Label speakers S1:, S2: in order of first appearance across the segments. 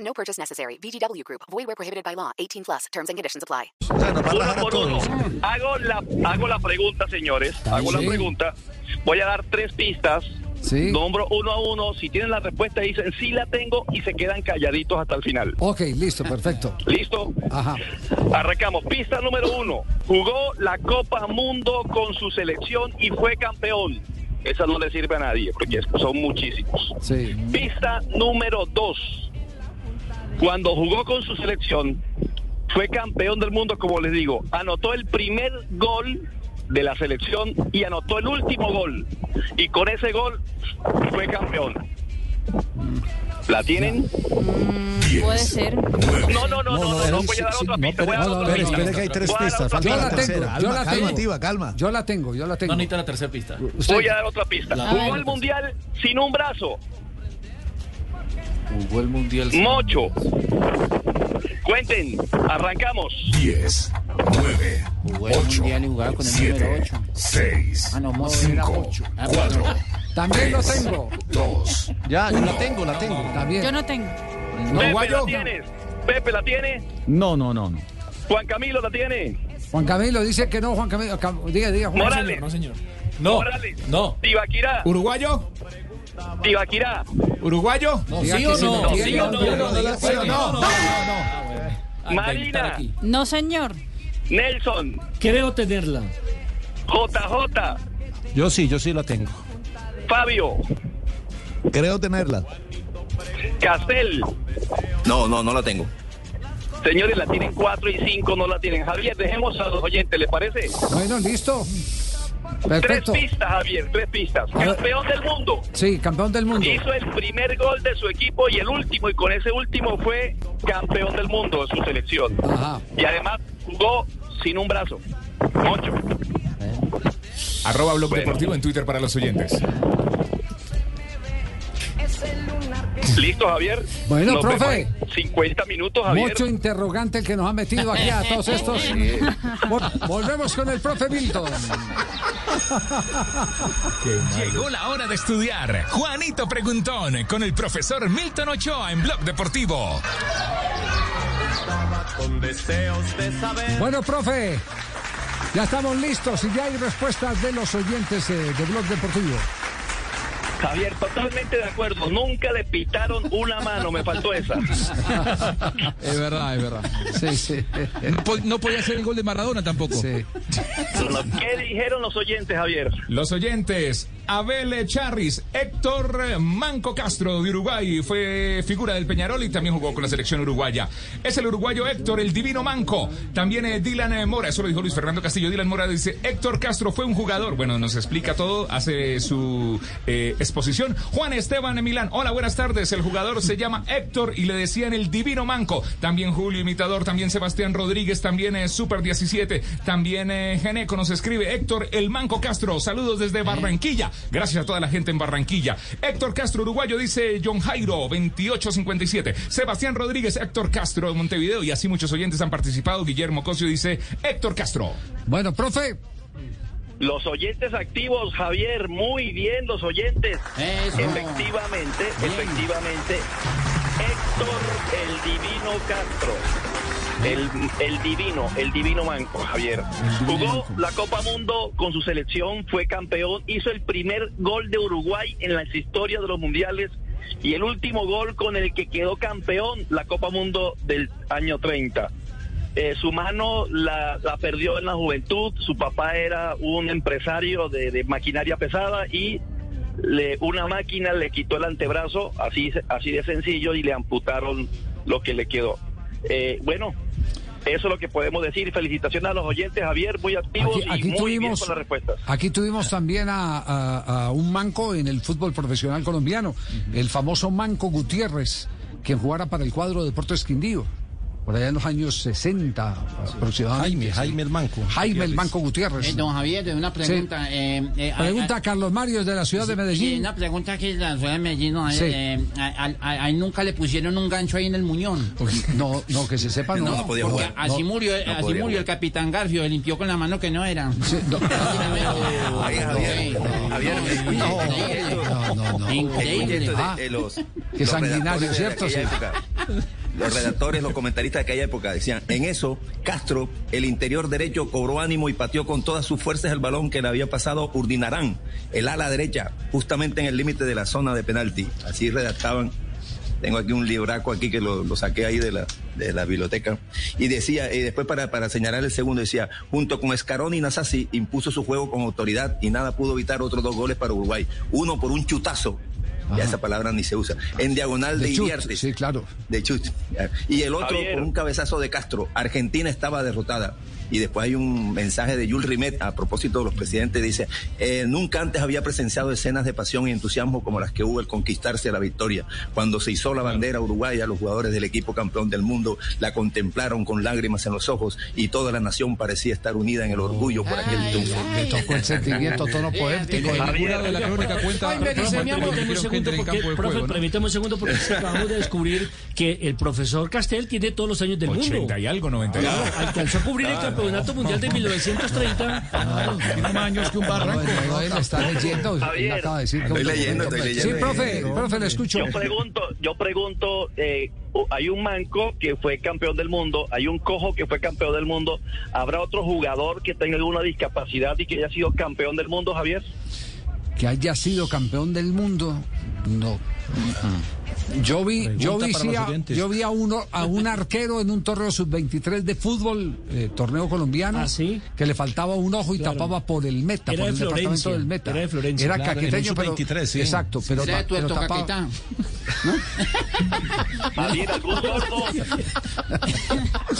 S1: No purchase necessary. VGW Group. Void where prohibited by law. 18 plus. Terms and conditions apply.
S2: O sea, nos va a
S3: Uno
S2: bajar a
S3: por uno.
S2: todos.
S3: Hago la, hago la pregunta, señores. Hago la
S4: bien.
S3: pregunta. Voy a dar tres pistas.
S4: Sí.
S3: Nombro uno a uno. Si tienen la respuesta, dicen sí la tengo y se quedan calladitos hasta el final.
S4: Ok, listo, perfecto.
S3: ¿Listo?
S4: Ajá.
S3: Arrancamos. Pista número uno. Jugó la Copa Mundo con su selección y fue campeón. Esa no le sirve a nadie porque son muchísimos.
S4: Sí.
S3: Pista número 2. Cuando jugó con su selección, fue campeón del mundo, como les digo. Anotó el primer gol de la selección y anotó el último gol. Y con ese gol fue campeón. ¿La tienen?
S5: Puede ser.
S3: No, no, no, no, no, no, voy a dar otra pista. voy a dar
S4: no,
S3: otra
S4: pero
S2: Espera,
S3: pista.
S2: espera que hay tres
S3: Voy a dar
S2: pistas.
S3: otra
S2: Falta
S4: Yo
S2: la,
S4: la tengo,
S2: tercera.
S4: yo
S2: Alma,
S4: la
S2: calma,
S4: tengo.
S2: Tiba, calma.
S4: Yo la tengo, yo la tengo.
S6: No necesita la tercera pista.
S4: Usted-
S3: Voy a dar otra pista. Jugó el mundial sin un brazo.
S6: Jugó el mundial.
S3: Mocho. Cuenten, arrancamos.
S7: 10, 9,
S6: Jugó el
S7: 8,
S6: mundial y jugaba con el número
S7: 7,
S6: 8.
S7: 6,
S6: Ah, no, Modo era
S7: 5,
S6: ocho. Ah,
S7: 4,
S4: También lo tengo.
S7: 2,
S2: Ya, yo la tengo, la tengo.
S4: También.
S5: Yo no tengo.
S3: Pepe,
S4: Guayo.
S3: ¿la tienes? Pepe, ¿la tiene?
S2: No, no, no, no.
S3: Juan Camilo, ¿la tiene?
S4: Juan Camilo dice que no, Juan Camilo. Cam- Diga, diga, Juan
S3: Morales.
S4: Camilo.
S6: No, señor. No.
S3: Morales.
S6: No.
S3: Tibaquirá,
S2: ¿Uruguayo?
S3: Tibaquirá.
S2: ¿Uruguayo?
S4: Diga
S6: ¿Sí
S4: que
S6: o
S4: sí, no,
S6: no?
S4: sí,
S6: ¿Sí o
S4: no, no,
S6: no? No, diga
S2: ¿Sí o no?
S3: Marina.
S5: No, señor.
S3: Nelson,
S6: Creo tenerla.
S3: JJ,
S2: Yo sí, yo sí la tengo.
S3: Fabio,
S2: Creo tenerla.
S3: Castel.
S8: No, no, no la tengo.
S3: Señores, la tienen 4 y 5, no la tienen. Javier, dejemos a los oyentes, ¿les parece?
S4: Bueno, listo.
S3: Tres
S4: Perfecto.
S3: pistas, Javier, tres pistas.
S4: ver.
S3: Campeón del mundo.
S4: Sí, campeón del mundo.
S3: Hizo el primer gol de su equipo y el último, y con ese último fue campeón del mundo de su selección.
S4: Ajá.
S3: Y además jugó sin un brazo. Ocho.
S9: Arroba Blog Deportivo en Twitter para los oyentes.
S3: Listo, Javier.
S4: Bueno,
S3: Nos vemos
S4: profe.
S3: en 50 minutos, Javier.
S4: Mucho interrogante el que nos ha metido aquí a todos estos. Vol- Volvemos con el profe Milton.
S9: Llegó la hora de estudiar. Juanito Preguntón con el profesor Milton Ochoa en Blog Deportivo.
S4: Bueno, profe, ya estamos listos y ya hay respuestas de los oyentes eh, de Blog Deportivo.
S3: Javier, totalmente de acuerdo. Nunca le pitaron una mano, me faltó esa.
S9: Es verdad, es verdad.
S4: Sí, sí.
S9: Eh, No podía ser el gol de Maradona tampoco.
S4: sí.
S3: ¿Qué dijeron los oyentes, Javier?
S9: Los oyentes, Abel Charris, Héctor Manco Castro de Uruguay, fue figura del Peñarol y también jugó con la selección uruguaya. Es el uruguayo Héctor, el divino Manco. También eh, Dylan eh, Mora, eso lo dijo Luis Fernando Castillo. Dylan Mora dice, Héctor Castro fue un jugador. Bueno, nos explica todo, hace su eh, exposición. Juan Esteban en Milán, hola, buenas tardes. El jugador se llama Héctor y le decían el divino Manco. También Julio Imitador, también Sebastián Rodríguez, también eh, Super 17, también eh, Geneco nos escribe Héctor El Manco Castro. Saludos desde Barranquilla. Gracias a toda la gente en Barranquilla. Héctor Castro, uruguayo, dice John Jairo, 2857. Sebastián Rodríguez, Héctor Castro de Montevideo. Y así muchos oyentes han participado. Guillermo Cosio dice Héctor Castro.
S4: Bueno, profe,
S3: Los oyentes activos, Javier, muy bien los oyentes. Efectivamente, efectivamente. Héctor el Divino Castro. El, el divino, el divino Manco, Javier. Jugó la Copa Mundo con su selección, fue campeón, hizo el primer gol de Uruguay en las historias de los mundiales y el último gol con el que quedó campeón la Copa Mundo del año 30. Eh, su mano la, la perdió en la juventud, su papá era un empresario de, de maquinaria pesada y le, una máquina le quitó el antebrazo, así, así de sencillo, y le amputaron lo que le quedó. Eh, bueno, eso es lo que podemos decir. Felicitaciones a los oyentes, Javier, muy activos
S4: aquí, aquí
S3: y muy bien
S4: tuvimos,
S3: con las respuestas.
S4: aquí tuvimos también a, a- a un manco en el fútbol profesional colombiano, el famoso Manco Gutiérrez. quien jugara para el cuadro Deportes Quindío, por allá en los años 60 aproximadamente.
S2: Jaime, Jaime el Manco.
S4: Jaime el Manco Gutiérrez.
S10: Eh, don Javier, una pregunta. eh, eh, a-
S4: Pregunta a Carlos Mario es de la ciudad de
S10: a- sí,
S4: Medellín.
S10: una pregunta que la ciudad de Medellín. no, eh,
S4: Sí.
S10: eh, a- a- a- a él nunca le pusieron un gancho ahí en el muñón.
S4: No, no, que se sepa, no.
S8: No, no podía
S4: porque
S8: jugar.
S10: Así
S4: no-
S10: murió,
S8: no
S10: así
S8: podría,
S10: murió el
S8: güey.
S10: capitán Garfio, limpió con la mano que no era.
S4: sí, no.
S8: Ay, Javier, Javier, escuche,
S4: no,
S8: escuche esto.
S4: no, no, no.
S8: Escuche
S10: Increíble.
S8: esto de-
S4: Ah,
S8: de los-
S4: qué
S8: los
S4: sanguinario,
S8: redactores de
S4: ¿cierto?
S8: aquella
S4: Sí.
S8: época. Los redactores, los comentaristas de aquella época decían, en eso, Castro, el interior derecho, cobró ánimo y pateó con todas sus fuerzas el balón que le había pasado Urdinarán, el ala derecha, justamente en el límite de la zona de penalti. Así redactaban. Tengo aquí un libraco aquí que lo, lo saqué ahí de la, de la biblioteca. Y decía, y después para, para señalar el segundo, decía, junto con Escarón y Nasasi impuso su juego con autoridad y nada pudo evitar otros dos goles para Uruguay. Uno por un chutazo. Ya esa palabra ni se usa. En diagonal de,
S4: De chut,
S8: Iriarte.
S4: sí, claro.
S8: De chut. Y el otro
S3: Javier.
S8: por un cabezazo de Castro. Argentina estaba derrotada. Y después hay un mensaje de Jules Rimet a propósito de los presidentes. Dice, eh, nunca antes había presenciado escenas de pasión y entusiasmo como las que hubo al conquistarse la victoria. Cuando se hizo la bandera uruguaya, los jugadores del equipo campeón del mundo la contemplaron con lágrimas en los ojos y toda la nación parecía estar unida en el orgullo por aquel
S10: Ay,
S8: triunfo.
S10: ay.
S4: Me tocó el sentimiento tono poético.
S10: Javier,
S3: Javier,
S2: de la crónica cuenta.
S10: Ay, me dice
S2: Rafa
S10: mi
S2: Antonio
S10: amor,
S2: que creo
S6: Permítame un
S2: que
S6: segundo
S2: entra en
S6: porque,
S2: campo de
S6: profe,
S2: juego, ¿no?
S6: permítame un segundo porque acabamos de descubrir que el profesor Castel tiene todos los años del mundo.
S9: 80 y algo, 90 y algo.
S6: Alcanzó a cubrir el campeonato mundial de 1930.
S2: Tiene más años que un
S4: No,
S2: barranco.
S4: no, él está leyendo. él
S3: Javier.
S4: acaba de decir que-
S8: Estoy leyendo, estoy
S4: Sí,
S8: leyendo.
S4: profe, profe, le escucho.
S3: Yo pregunto, yo pregunto, eh, hay un manco que fue campeón del mundo, hay un cojo que fue campeón del mundo, ¿habrá otro jugador que tenga alguna discapacidad y que haya sido campeón del mundo, Javier?
S4: que haya sido campeón del mundo, no. Yo vi, yo vi,
S2: Pregunta para
S4: sí
S2: los
S4: a,
S2: oyentes.
S4: yo vi a uno, a un arquero en un torneo sub-23 de fútbol, eh, torneo colombiano,
S6: Ah, ¿sí?
S4: que le faltaba un ojo y
S6: Claro.
S4: tapaba por el meta,
S6: Era
S4: por
S6: de
S4: el departamento
S6: Florencia,
S4: del meta.
S6: era de Florencia,
S4: Era
S2: claro, en un
S4: caqueteño, pero
S2: sub-23, sí.
S4: exacto, pero,
S10: Era de
S4: ta- pero
S10: tuerto,
S4: tapaba-
S10: capitán.
S3: Javier, algún sordo.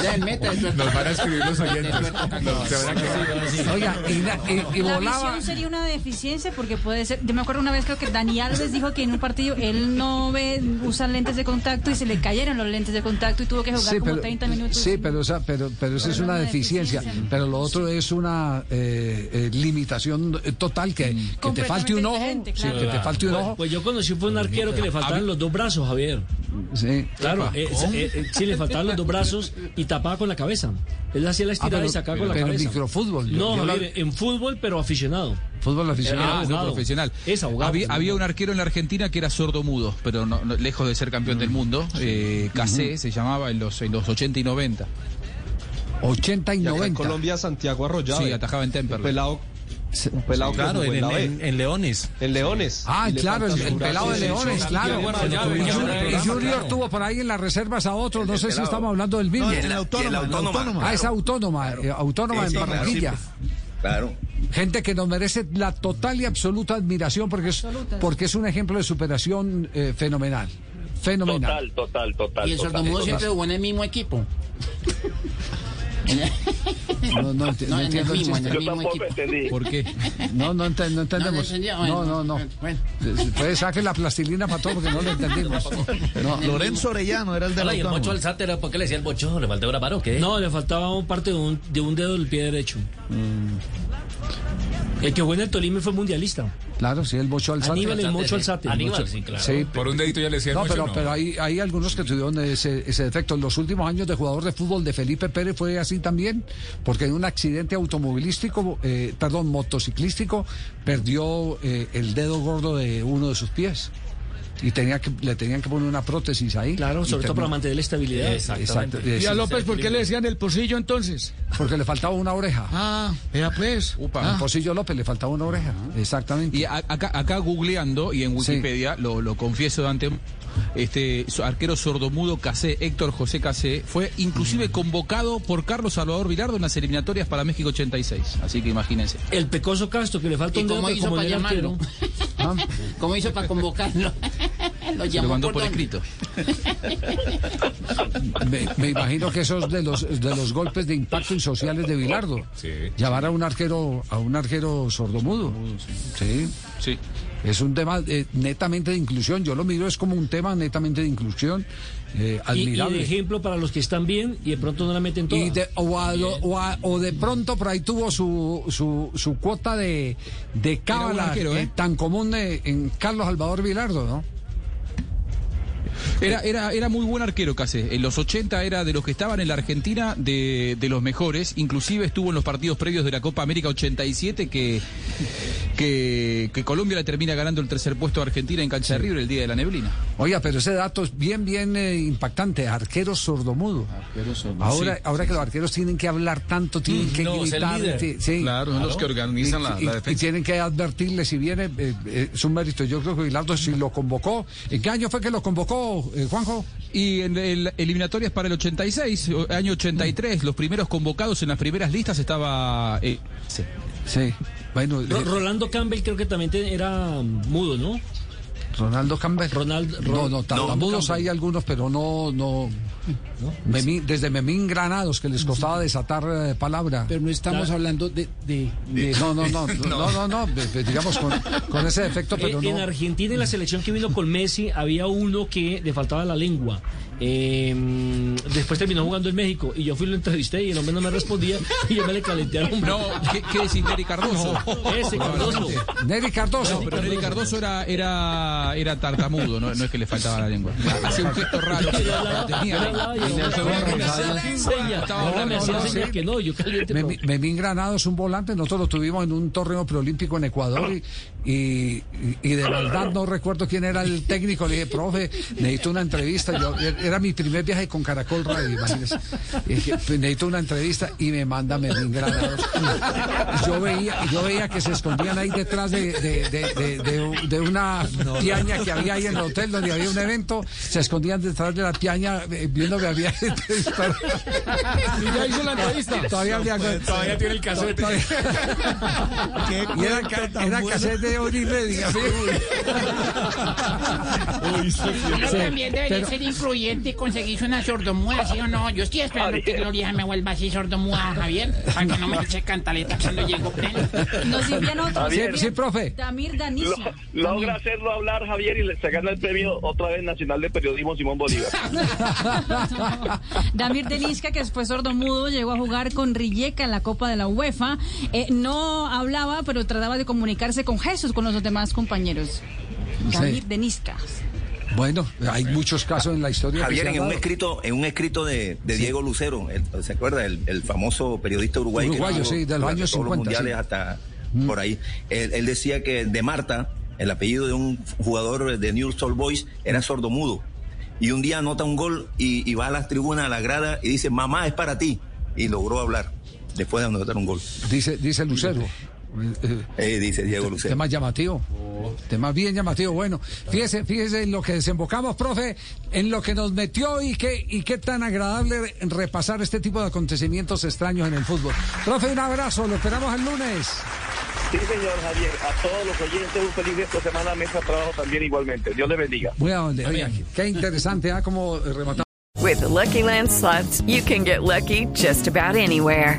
S10: Era el meta, de tuerto.
S9: Nos van a escribir los oyentes. Nos- se van a quejar.
S4: Oiga, y, na- y- y
S5: La
S4: volaba.
S5: visión sería una deficiencia porque puede ser. Yo me acuerdo una vez creo que Dani Alves dijo que en un partido él no ve, usa lentes de contacto y se le cayeron los lentes de contacto y tuvo que jugar
S4: Sí,
S5: como
S4: pero,
S5: 30 minutos.
S4: sí, pero esa, pero, pero esa
S5: Pero
S4: es
S5: no
S4: una
S5: una
S4: deficiencia.
S5: deficiencia.
S4: Pero lo otro es una eh, eh, limitación eh, total que, que te falte un ojo,
S5: Completamente diferente,
S4: sí, que te
S5: claro.
S4: falte un ojo.
S6: Pues yo conocí fue un arquero que le faltaban los dos brazos, Javier.
S4: Sí.
S6: Claro, eh, eh, eh, sí, le faltaban los dos brazos y tapaba con la cabeza. Él hacía la
S4: Ah,
S6: estirada
S4: pero,
S6: y sacaba con la
S4: pero
S6: cabeza.
S4: microfútbol. yo-
S6: No,
S4: yo
S6: Javier, en fútbol, pero aficionado.
S4: la- fútbol
S6: Era
S4: aficionado.
S2: Ah, no,
S6: abogado.
S2: profesional.
S6: Es abogado.
S2: Había, había un arquero en la Argentina que era sordo mudo, pero no, no- lejos de ser campeón del mundo. Eh, Cassé se llamaba en los, en los 80 y 90.
S4: 80 y 90.
S11: Santiago Arroyave.
S2: Sí, atajaba en Temperley.
S11: pelado,
S4: Se-
S11: pelado
S2: Claro, en, en- en Leones.
S11: Leones.
S4: Ah, claro, el, el pelado de
S2: sí, sí,
S4: Leones,
S2: sí,
S4: claro.
S2: sí, sí, sí,
S4: Y
S2: sí,
S4: Junior-
S2: sí,
S4: y
S2: sí,
S4: Junior
S2: sí,
S4: tuvo por ahí en las reservas a otro,
S8: El
S4: no
S8: del
S4: sé si
S8: pelado.
S4: estamos hablando del mismo.
S8: Este No, el- el autónoma.
S4: Ah, es
S8: Claro.
S4: autónoma, eh, autónoma
S8: Sí,
S4: en
S8: sí, claro,
S4: Barranquilla.
S8: sí. pues, Claro.
S4: Gente que nos merece la total y absoluta admiración porque es, porque es un ejemplo de superación eh, fenomenal.
S3: Total,
S4: Fenomenal.
S3: total, total.
S10: Y el
S3: total,
S10: sordomudo
S3: total.
S10: siempre jugó en el mismo equipo.
S4: No, no, enti-
S10: No,
S4: no
S10: en el
S4: entiendo el
S10: mismo, en
S4: chiste.
S10: el
S3: Yo tampoco entendí.
S2: ¿Por qué?
S4: No, no, ente- no entendemos.
S10: entendía,
S4: No,
S10: bueno,
S4: no, no.
S10: bueno.
S4: Puede saque la plastilina para todo porque no lo entendimos. No.
S2: Lorenzo Orellano era el de la autónoma.
S10: sátero, ¿por qué le decía el bocho? ¿Le faltó una mano? ¿Qué?
S6: No, le faltaba un parte de un, de un dedo del pie derecho.
S10: Mm.
S6: El que jugó en el Tolima fue mundialista.
S4: Claro, sí, el bocho al
S6: Aníbal
S4: sátiro.
S6: el Mocho Alzate. Mocho.
S10: claro.
S4: Sí,
S9: Por un dedito ya le decía
S4: No,
S9: "Mocho,
S4: pero, pero hay, hay algunos que tuvieron ese, ese defecto. En los últimos años de jugador de fútbol de Felipe Pérez fue así también, porque en un accidente automovilístico, eh, perdón, motociclístico, perdió eh, el dedo gordo de uno de sus pies. Y tenía que, le tenían que poner una prótesis ahí.
S6: Claro,
S4: Y
S6: sobre todo
S4: terminó-
S6: para mantener la estabilidad.
S4: Exacto. eh, sí,
S11: López, ¿por qué le decían el pocillo entonces?
S4: porque le faltaba una oreja.
S11: Ah, vea pues.
S4: Al Pocillo López le faltaba una oreja.
S6: Ah.
S4: Exactamente.
S2: Y a- acá, acá googleando y en Wikipedia, lo, lo confieso de antemano, este su arquero sordomudo Casé, Héctor José Casé, fue inclusive convocado por Carlos Salvador Vilardo en las eliminatorias para México 86. Así que imagínense.
S6: El pecoso Castro, que le falta
S10: ¿Y
S6: un dedo
S10: cómo
S6: pero
S10: hizo
S6: como
S10: para
S6: en el
S10: llamarlo?
S6: arquero.
S4: Ah,
S10: ¿Cómo hizo para convocarlo? Lo
S2: Se lo
S10: llamó
S2: mandó por
S10: dónde?
S2: escrito.
S4: Me, me imagino que esos de los de los golpes de impacto y sociales de Bilardo. Llamar a un arquero a un arquero sordomudo. Sí.
S2: Sí.
S4: Es un tema eh, netamente de inclusión. Yo lo miro es como un tema netamente de inclusión eh,
S6: Y- Y, de
S4: admirable.
S6: ejemplo para los que están bien y de pronto no la meten toda.
S4: Y de- o, a lo- o a- o de pronto por ahí tuvo su, su, su cuota de, de cábala
S2: arquero,
S4: eh,
S2: ¿eh?
S4: tan común de- en Carlos Salvador Vilardo, ¿no?
S2: Era, Ah, era, era muy buen arquero Case. En los 80 era de los que estaban en la Argentina de, de los mejores. Inclusive estuvo en los partidos previos de la Copa América 87 que, que, que Colombia le termina ganando el tercer puesto a Argentina en cancha de River el día de la neblina.
S4: Oiga, pero ese dato es bien, bien eh, impactante. Arquero sordomudo. Ahora,
S2: Sí,
S4: ahora que los arqueros tienen que hablar tanto, tienen que
S12: Mm, no, es el
S4: gritar.
S12: líder.
S4: ti- sí.
S12: Claro, son los que organizan
S4: Y-
S12: la-
S4: y-
S12: la
S4: y
S12: defensa.
S4: tienen que advertirle si viene. eh, eh, es un mérito. Yo creo que Bilardo, si lo convocó. ¿En qué año fue que lo convocó, eh, Juanjo?
S2: Y en el- eliminatorias para el 86, o- año 83, los primeros convocados en las primeras listas estaba... eh, sí.
S4: Sí. Bueno, eh,
S6: Ro- Rolando Campbell creo que también te- era mm, mudo, ¿no?
S4: Ronaldo Campbell. no, no, tartamudos hay algunos, pero no, no. Memín- desde Memín Granados, que les costaba desatar eh, palabra. Pero no
S13: estamos hablando de, de- de-
S4: No, no, no, no, no, no, no, de- de- digamos con, con ese defecto,
S6: Eh,
S4: pero
S6: En
S4: no.
S6: Argentina, en la selección que vino con Messi, había uno que le faltaba la lengua. Eh, después terminó jugando en México y yo fui y lo entrevisté y el hombre no me respondía y yo me le calenté al hombre.
S2: No, ¿qué, qué decís, Neri Cardoso?
S6: Ese Cardoso.
S4: Neri Cardoso.
S2: No, pero Neri Cardoso era, era, era tartamudo, no, no es que le faltaba la lengua. Hacía un gesto raro.
S6: Yo hablaba, yo hablaba y el hombre me hacía señas, el hombre me hacía señas que no, yo caliente.
S4: Memín Memín Granados, un volante, nosotros lo tuvimos en un torneo preolímpico en Ecuador y, y- y de verdad no recuerdo quién era el técnico. Le dije, profe, necesito una entrevista. Yo, era mi primer viaje con Caracol Radio, imagínese. Y dije, "Pues, necesito una entrevista y me manda Memín Granados. Yo veía, yo veía que se escondían ahí detrás de, de- de- de- de- de una piaña que había ahí en el hotel donde había un evento. Se escondían detrás de la piaña eh, viendo que había gente disparando.
S11: Y ya hizo la entrevista.
S4: Todavía,
S11: No
S4: le hago-
S11: puede ser. Todavía tiene el casete.
S4: Todavía- y era,
S11: cuenta
S4: ca-
S11: tan
S4: era
S11: buena.
S4: cassette de Oni Redding. así.
S10: Uno
S4: Sí,
S10: también debería
S4: pero-
S10: ser influyente y conseguirse una sordomuda, ¿sí o no? Yo estoy esperando que Gloria me vuelva así sordomuda, Javier, para que no me eche cantaleta cuando llego pleno.
S5: Nos envían otros.
S3: Javier. Sí, sí,
S4: profe.
S5: Damir Danisi.
S3: Logra hacerlo hablar Javier y le- se gana el premio otra vez Nacional de Periodismo Simón Bolívar.
S5: Damir Denisca, que después sordomudo, llegó a jugar con Rijeka en la Copa de la UEFA. Eh, no hablaba, pero trataba de comunicarse con Jesús, con los demás compañeros.
S4: Sí.
S5: Damir Denisca.
S4: Bueno, hay muchos casos en la historia. que
S8: Javier,
S4: se han
S8: en un
S4: dado.
S8: escrito, en un escrito de, de Diego Lucero, el- ¿se acuerda? El, el famoso periodista uruguayo.
S4: Uruguayo, sí, de los
S8: durante
S4: años
S8: todos
S4: 50,
S8: mundiales
S4: sí.
S8: hasta por ahí. Él, él decía que de Marta, el apellido de un jugador de New Soul Boys, era sordomudo. Y un día anota un gol y, y va a las tribunas, a la grada, y dice, mamá, es para ti. Y logró hablar después de anotar un gol.
S4: Dice, dice Lucero.
S8: Eh, dice Diego Lucero.
S4: Tema llamativo. Tema bien llamativo. Bueno, fíjese, fíjese en lo que desembocamos, profe, en lo que nos metió y qué, y qué tan agradable repasar este tipo de acontecimientos extraños en el fútbol. Profe, un abrazo, lo esperamos el lunes.
S3: Sí, señor Javier, a todos los oyentes, un feliz resto de semana, mesa de trabajo también igualmente. Dios les bendiga.
S4: Muy amable. Oiga, qué interesante, ¿ah? Como rematamos.
S14: With the Lucky Land slots, you can get lucky just about anywhere.